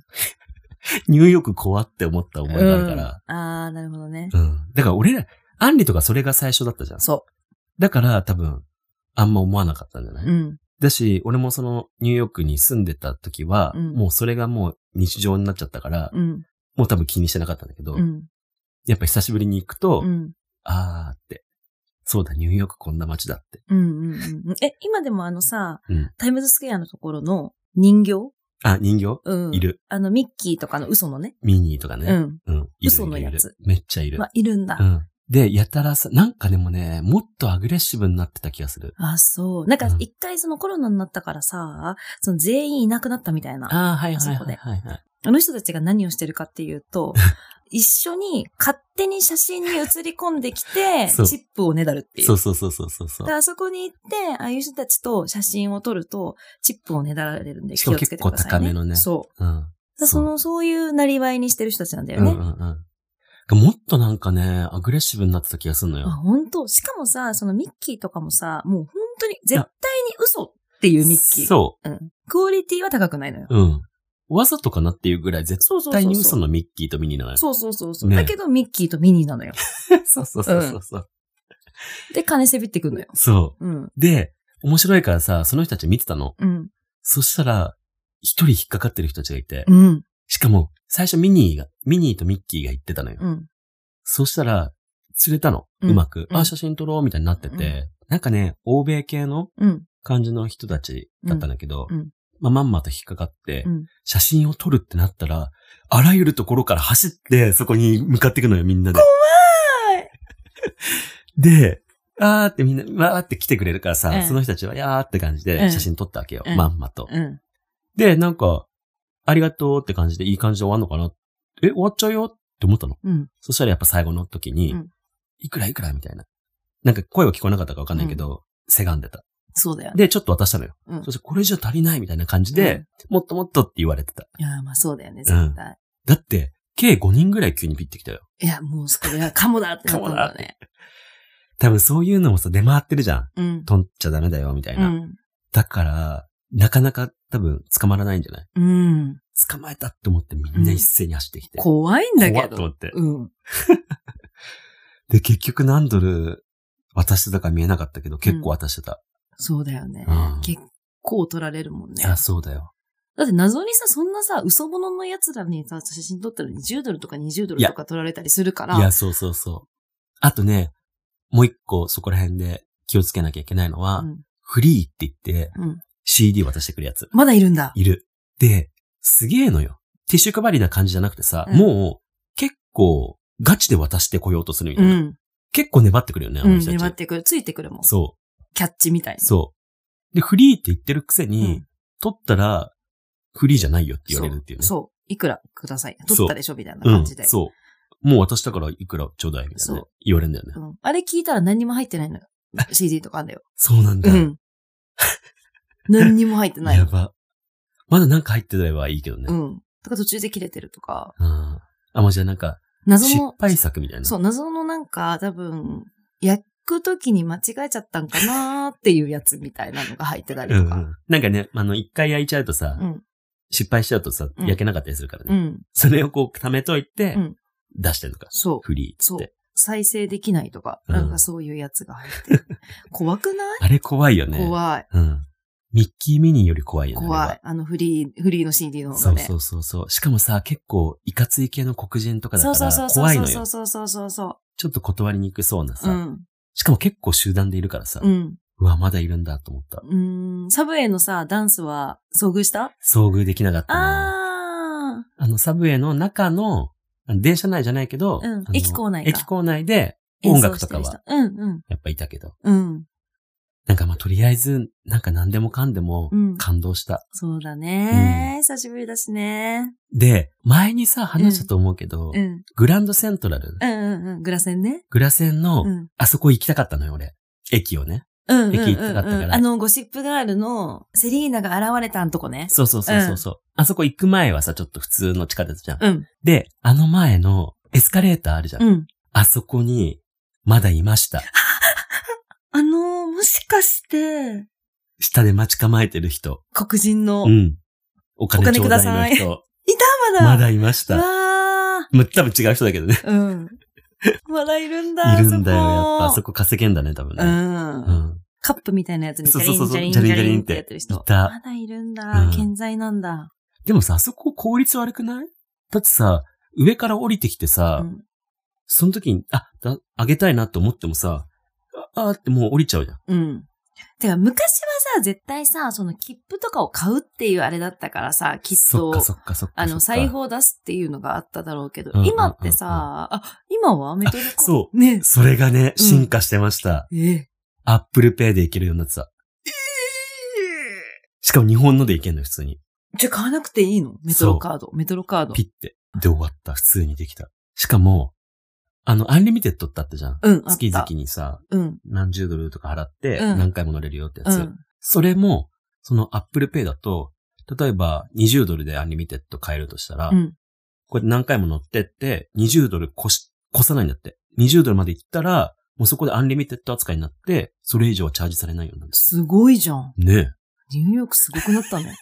ニューヨーク怖って思った思いがあるから、
ああ、なるほどね。
うん。だから俺ら、アンリとかそれが最初だったじゃん。
そ
だから多分、あんま思わなかったんじゃない、
う。うん。
だし、俺もそのニューヨークに住んでた時は、
うん
もうそれがもう日常になっちゃったから、
うん。
もう多分気にしてなかったんだけど、
うん。
やっぱ久しぶりに行くと、
うん。
あーって、そうだ、ニューヨークこんな街だって。
うんうんうん。え、今でもあのさ、
うん
タイムズスクエアのところの人形
あ、人形
うん。
い。る。
あの、ミッキーとかの嘘のね。
ミニーとか
う
ね。
ん。
うん。いる
嘘の
い
やつ
るいるめっちゃいる。
まあ、いるんだ。
うん。で、やたらさ、なんかでもね、もっとアグレッシブになってた気がする。
あ、そう。なんか
う、ん
一回そのコロナになったからさ、その全員いなくなったみたいな。
ああ、はい
はいはい
はいはい。
あの人たちが何をしてるかっていう
[laughs]
と、一緒に勝手に写真に写り込んできて、
[laughs] そう
チップをねだるっていう。
そうそうそうそうそうそう
だか。らあそこに行って、ああいう人たちと写真を撮ると、チップをねだられるんで
し
気
か
を
も
つけてください、
結構高
ね。
めのね
そう。
うん。
だからその、そういうなりわいにしてる人たちなんだよ
うん
ね。
うんうん。もっとなんかね、アグレッシブになってた気がするの
あ、
よ。
本当しかもさ、そのミッキーとかもさ、もう本当に絶対に嘘っていうミッキー。
そ
クオリティは高くないのよ。
う。うん。わざとかなっていうぐらい、絶
そうそうそうそう
対に嘘のミッキーとミニーなのよ。
そうそうそうそう、
ね
だけどミッキーとミニーなのよ。
そうそうそうそうそう。
で、金せびってくんのよ。
そ
うん。
[laughs] う。で、面白いからさ、その人たち見てたの。
うん。
そしたら、一人引っかかってる人たちがいて、
うん。
しかも、最初ミニーが、ミニーとミッキーが言ってたのよ。
うん。
そしたら、釣れたの。
うん
うまく。
うん
あ、写真撮ろうみたいになって
う
て。なんかね、欧米系の
うん。
感じの人たちだったんだけど、
うんうん
まあ、まんまと引っかかって、
うん
写真を撮るってなったら、あらゆるところから走って、そこに向かっていくのよ、みんなで。怖
い
で、あーってみんな、わーって来てくれるからさ、
うん
その人たちは、やーって感じ
う
で
ん
写真撮ったわけよ、
うん
まんまと。
うん。
で、なんか、ありがとうって感じでいい感じで終わんのかなえ、終わっちゃうよって思ったの。
うん。
そしたらやっぱ最後の時に、
うん
いくらいくらみたいな。なんか声は聞こえなかったかわかんないけど、せがんでた。
そうだよね。
で、ちょっと渡したのよ。
うん
そしてこれじゃ足りないみたいな感じで、もっともっとって言われてた。
いや、まあそうだよね、絶対。
だって、計5人ぐらい急にピッてきたよ。
いや、もうそれはカモだってなったんだよね。
多分そういうのもさ、出回ってるじゃん。
うん。
取っちゃダメだよ、みたいうな。
ん。
だから、なかなか多分捕まらないんじゃない
うん。
捕まえたって思ってみんな一斉に走ってきて。
怖いんだ
怖
け
っと思
ど。
って。
うん。
で、結局何ドル渡してたか見えなかったけど、結構渡してた。
そうだよね
うん。
結構取られるもんね。
あ、そうだよ。
だって謎にさ、そんなさ、嘘物の奴らにさ、写真撮ったのに10ドルとか20ドルとか取られたりするから。
いや、そうそうそう。あとね、もう一個そこら辺で気をつけなきゃいけないのは、
うん
フリーって言って、
うん
CD 渡してくるやつ。
まだいるんだ。
いる。で、すげえのよ。ティッシュ配りな感じじゃなくてさ、
うん
もう、結構、ガチで渡してこようとするみた
う
いな。
ん。
結構粘ってくるよね、あ
う
の
ん。
人たち。
粘ってくる。ついてくるもん。
そ、
キャッチみたいうな。
そう。で、フリーって言ってるくせに、
うん
取ったら、フリーじゃないよって言われるっていうね。
そう。そういくらください。
そう
取ったでしょみたいな感じで。
うん。そう。もう渡したからいくらちょうだいみたいなね、
そう
言われるんだよね。
うんあれ聞いたら何にも入ってな
[laughs]
いのよ。CD とかあんだよ。
そうなんだ。 [laughs]
うん。何にも入ってない
や
の。
ば。まだなんか入ってればいいけどね。
う
うん。
ん。とか途中で切れてるとか。
あ、もうじゃあなんか、
謎
失
の、
敗作みたいな。
そう、謎のなんか、多分、焼くときに間違えちゃったんかなーっていうやつみたいなのが入ってたり
うんう
とか。
ん。なんかね、あの、一回焼いちゃうとさ、
うん。
失敗しちゃうとさ、
うん
焼けなかったりするからね。
うん。
それをこう、溜めといて、
うん
出してるとか、
そう。
フリーっつ
そ
っ
う
て。。
再生できないとか、
うん
なんかそういうやつが
[laughs]
入ってる。怖くない
あれ怖いよね。い。
怖い。
うん。ミッキーミニーより怖いよね。
怖
あ
い。あのフリー、フリーの CD の
れは。
方が
そう
ね。
そうそうそう。しかもさ、結構、いかつい系の黒人とかだか
そうそ
ら、
うそう
怖いの
そ
よ
う。そうそうそうそ
ちょっと断りにくそうな
う。う
さ。
ん。
しかも結構集団でいるからさ
う。ん。
うわ、まだいるんだと思った。
うん。サブウェイのさ、ダンスは遭遇した
遭遇できなかったな。
あ
あの、サブウェイの中の、あの電車内じゃないけど、
うん
あの
駅構内か
駅構内で、
ー。
音楽とか
演奏して
は、
る人うん
やっぱいたけど。
うん。うん。
なんかまあ、とりあえず、なんか何でもかんでも
うん、
感動した。
そうだね、久しぶりだしね。
で、前にさ、話したと思うけど、
うん。
グランドセントラル、
うんうんうん。グラセンね。
グラセンの、
うん。
あそこ行きたかったのよ、俺。駅をね。
うんうんうん、うん。
駅行ってたから
あの、ゴシップガールのセリーナが現れたんとこね。
そうそうそうそうそう、あそこ行く前はさ、ちょっと普通の地下鉄じゃん。
うん。
で、あの前のエスカレーターあるじゃん。
うん。
あそこに、まだいま
[laughs]
した。
あのー、もしかして、
下で待ち構えてる人。
黒人の、
うん。お
お
金
金
ちょ
く
う
だ
だ
さい
い
[laughs]
の人。
まだ、
まだいました。
うわ
まあ、多分違う人だけどね。
ーうん。まだいるんだ。
いるんだよ、やっぱ。あそこ
こ。
稼げんだね、多分
う。
ね。うんん。
カップみたいなやつにジ
そう
ャ
そう
リ
そ
ン
う
ジ
そ
ャ
う
リン
ジ
ジ
ャリン
ャリンっ
ジャリンって
てやってる人。
いた
まだいるんだ
う。ん
健在なんだ。
でもさ、あそこ効率悪くないだってさ、上から降りてきてさ、
うん
その時に、あ、だあげたいなって思ってもさ、ああーってもう降りちゃうじゃん。
うん。てか、昔はさ、絶対さ、その切符とかを買うっていうあれだったからさ、きっ
そっ
と
か、そっかそっか。
あの、
そっか
財布を出すっていうのがあっただろうけど
うんうん、うんうん
今ってさ、あ、今はメトロコ。
そう
ね
それがね、
うん
進化してました。
え。え。
アップルペイでいけるようになってた。しかも日本のでいけんの、普通に。
じゃあ買わなくていいのメトロカード。メトロカード
ピ。ッて。で終わった。普通にできた。しかも、あの、アンリミテッドってあったじゃん。
うん、あっ
月々
た。
にさ、
うん。
何十ドルとか払って、
うん
何回も乗れるよってや
う
つ。
ん。
それも、その Apple Pay だと、例えば20ドルでアンリミテッド買えるとしたら、
うん。
こうやって何回も乗ってって、20ドル越し、越さないんだって。20ドルまで行ったら、もうそこでアンリミテッド扱いになって、それ以上はチャージされないようになるんです。
すごいじゃん。
ね
ニューヨークすごくなっ
[laughs]
たね。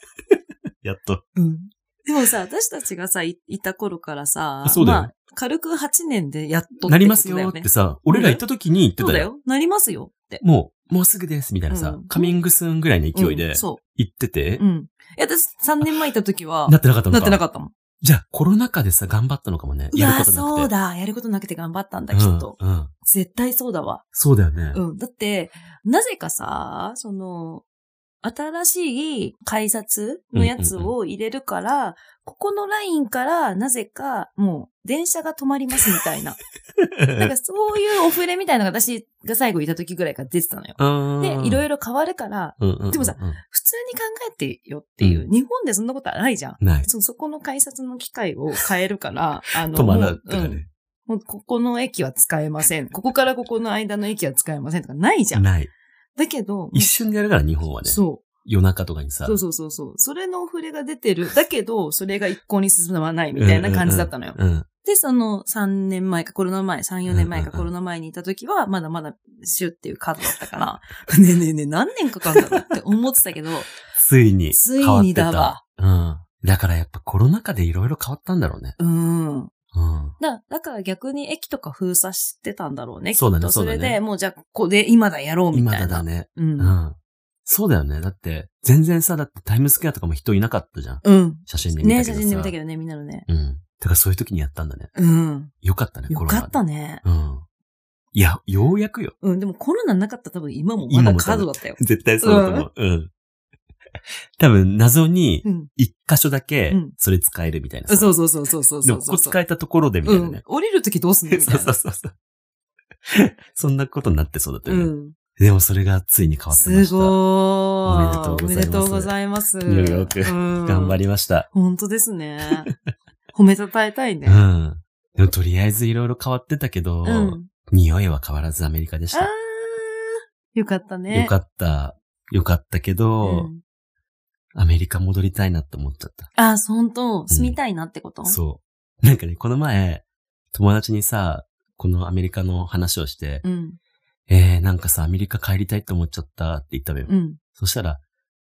え。やっと。
うん。でもさ、私たちがさ、いいた頃からさ
あ、そうだよ
まあ、軽く8年でやっとってこと
なりますよ
だ
っ
ね
てさ、俺ら行った時に言って
そう
た
だ
よ。
よ。なりますよって。
もう、もうすぐです、みたいなさ、
うん
カミングスーンぐらいの勢い
うん
で、
そ
行ってて、
う。うん。いや、私3年前行った時は、
なってなかったの
なっ
か
てなかったもん。
じゃあ、コロナ禍でさ、頑張ったのかもね。
い
やるこ
や、
となくて。
そうだ。やることなくて頑張ったんだ、きっと。
うん。うん
絶対そうだわ。
そうだよね。
うん。だって、なぜかさ、その、新しい改札のやつを入れるから、ここのラインから、なぜか、もう、電車が止まりますみ
[laughs]
たいな。なんかそういうオフレみたいなのが私が最後いた時ぐらいから出てたのよ。で、いろ
ろ。
いろ変わるから、
うんうんうんうん
でもさ、普通に考えてよっていう、
う
日本でそんなことはないじゃん。
ない。
そのそこの改札の機械を変え
[laughs]
るから、あの、
止まらんと
も
か
ううん
ね。
もうここの駅は使えません。ここからここの間の駅は使えませんとかないじゃん。
ない。
だけど、
一瞬でやるから、日本はね。
そ
夜中とかに
う。
さ。
そうそうそうそう。それのお触れが出てる。だけど、それが一向に進まないみたいな感じだったのよ。
うんうん
で、その3年前かコロナ前、3、4年前
うんう
か
んうん
コロナ前にいた時は、まだまだシュっていうカードだったから、 [laughs] ねえねえねえ、何年かかるんだろうって思ってたけど、
ついに。
ついにだわ。
うん。だからやっぱコロナ禍でいろいろ変わったんだろうね。
うん。
うん。
だだから逆に駅とか封鎖してたんだろうね。
そうだね
きっと
そうだね
それで、もうじゃあ、ここで今だやろうみ
今
たいな。
だだね。
う。
うんん。そうだよね。だって、全然さ、だってタイムスクエアとかも人いなかったじゃん。
うん。
写真で見た
ね
け
写
どさ。
真で見たけどね、みんなのね。
うん。だからそういう時にやったんだね。
うん。
よかったね、
よ
コロナ。
かったね。
うん。いや、ようやくよ。
うん、でもコロナなかったら多分今もまだカードだったよ。
絶対そうだと思う。うん。 [laughs] 多分、謎に、
うん。
一箇所だけ
うん、
それ使えるみたいなさ。
そうそうそうそうそう
で
そう
も、こ
そ
こ
う。
使えたところでみた
う
いなね
ん。。降りるときどうすんのみたい
そう
な。
そうそうそう。 [laughs] そんなことになってそうだったよね。
うん。
でもそれがついに変わってますした。
ごーい。
お
おめ
め
で
で
と
と
う
う
ご
ご
ざいます。
ニューヨーク頑張
り。
りました。
本当です
[laughs]
ね。褒めたたえたいうね。
ん。でもとりあえずいろいろ変わってたけど、
うん。
匂いは変わらずアメリカでし
あ
た。
ー。よかったね。
よかった。よかったけど、
うん
アメリカ戻りたいなって思っちゃった。
あ、そう本当住みたいなってこと
そう。なんかね、この前、友達にさ、このアメリカの話をして、
うん。
えー、なんかさ、アメリカ帰りたいって思っちゃったって言ったのよ。
うん。
そしたら、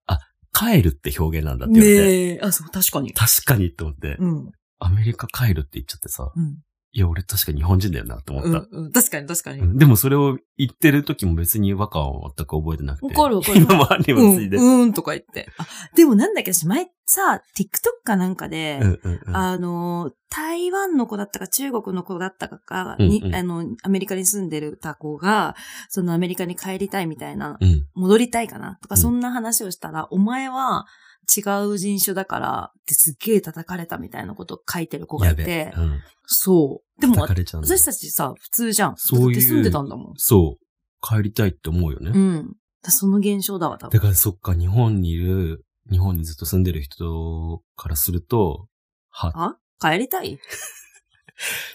あ、帰るって表現なんだって言われて、
ねえ。あ、そう、確かに。
確かにって思って、
うん。
アメリカ帰るって言っちゃってさ、
うん。
いや、俺確か日本人だよなって思っ
う
た
ん。うん確かに、確かに。
うんでもそれを言ってる時も別に違和感は全く覚えてなくて。
怒る怒
[laughs]
る。
今もありま
う
す
ん、
で。
うーんとか言って。あ、でもなんだっけ、私前さ、TikTok かなんかで、
うんうんうん
あの、台湾の子だったか中国の子だったかが、
う
に
んうん
あの、アメリカに住んでるた子が、そのアメリカに帰りたいみたいな、
うん。
戻りたいかなとか、
うん
そんな話をしたら、お前は違う人種だからってすっげえ叩かれたみたいなことを書いてる子が
や
い
べえ
て。、
うん。
そう。でも
叩かれちゃうんだ
私たちさ、普通じゃん。
そういう
だって住んでたんだもん。
そう。帰りたいって思うよ
う
ね。
ん。だからその現象だわ、多分
だ。からそっか、日本にいる、日本にずっと住んでる人からすると、は、
あ帰りたい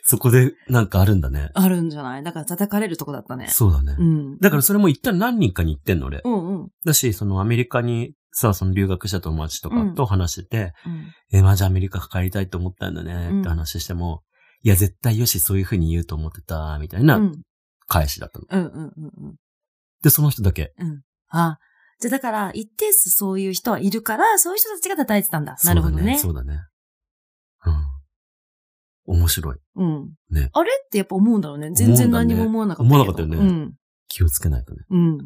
そこでなんかあるんだね。
あるんじゃないだから叩かれるとこだったね。
そうだね
う。ん。
だからそれも言ったら何人かに言ってんの、俺。
うんうん。
だし、そのアメリカにさ、その留学した友達とかと話してて、
うん
え、マジアメリカ帰りたいと思ったんだねって話しても、いや、絶対よし、そういう風に言うと思ってた、みたい
うん。う
なん返しだったの。
うんうんうん。
で、その人だけ。
あ、じゃあだから、一定数そういう人はいるから、そういう人たちが叩いてたんだ。なるほどね。
そうだね。そうだね。うん。面白い。
うん。
ね
あれってやっぱ思うんだろうね。全然
思うんだね
何も思わなかったけど。
思わなかったよね気をつけないとね。
うん。うん。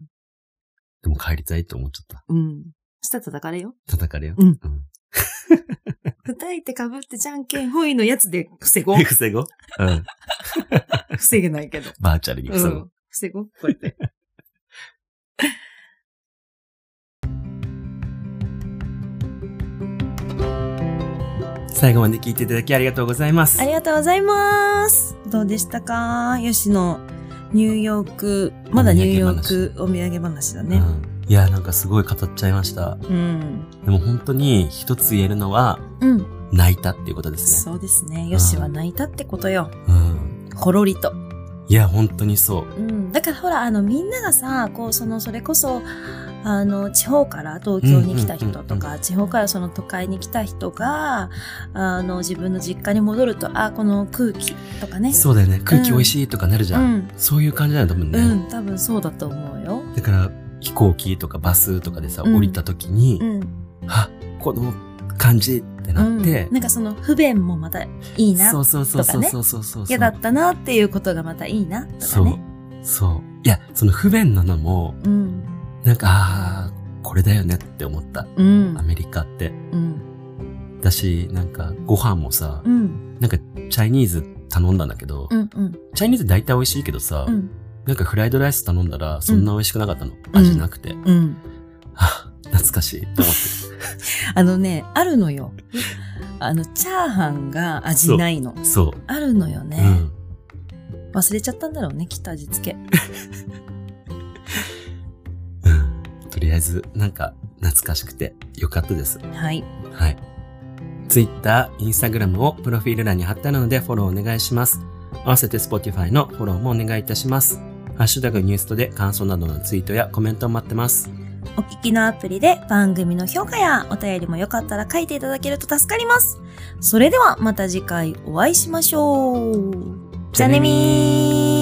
でも帰りたいと思っちゃった。
うん。したら叩かれよ。
叩かれよ。
うん
うん。。
叩いて被ってじゃんけんほいのやつで防ご
[laughs]
う
防ごううん。
防げないけど。
バーチャルに
う
防ご
ん
う。。
防ごう。こうやって。
最後まで聞いていただきありがとうございます
あ。りがとうございます。どうでしたか吉野、ニューヨーク、まだニューヨークお土産話だね。
うんいや、なんかすごい語っちゃいました。
うん。
でも本当に一つ言えるのは、
うん。
泣いたっていうことですね。
そうですね。よしは泣いたってことよ。
うん。
ほろりと。
いや、本当にそう。
うん、だからほら、あの、みんながさ、こう、その、それこそ、あの、地方から東京に来た人
う
と
んうんうん
か、地方からその都会に来た人が、あの、自分の実家に戻ると、あ、この空気とかね。
そうだよね。空気美味しいとかなるじゃ。
うんん。
そういう感じなんだもんね。
うん、多分そうだと思うよ。
だから、飛行機とかバスとかでさ、
うん
降りた時に、
うん。
あ、この感じってなって、
うん、なんかその、不便もまたいいな。
そうそうそうそう
とかね
そうそうそう。
嫌だったなっていうことがまたいいな。とかね。
そう。そう。いや、その不便なのも、
うん。
なんか、ああ、これだよねって思った。
うん
ア。メリカって。
うん。
だし、なんか、ご飯もさ、
うん。
なんか、チャイニーズ頼んだんだけど、
うん。うん。
チャイニーズ大体美味しいけどさ、
うん。
なんかフライドライス頼んだら、そんな美味しくなかったの。味なくて。
うん。
はぁ懐かしいと思っ
あのね、あるの
[laughs]
よ。あの、チャーハンが味ないの。
て。そう。
あるのよ
う
ね、
ん。
忘れちゃったんだろうね、きっと味付け。
うんとりあえず、なんか、懐かしくて、よかったです。
はい。
はい。Twitter、Instagram をプロフィール欄に貼ってあるのでフォローお願いします。合わせて Spotify のフォローもお願いいたします。ハッシュタグニュースとで感想などのツイートやコメントを待ってます。
お聞きのアプリで番組の評価やお便りもよかったら書いていただけると助かります。それではまた次回お会いしましょう。じゃあねみー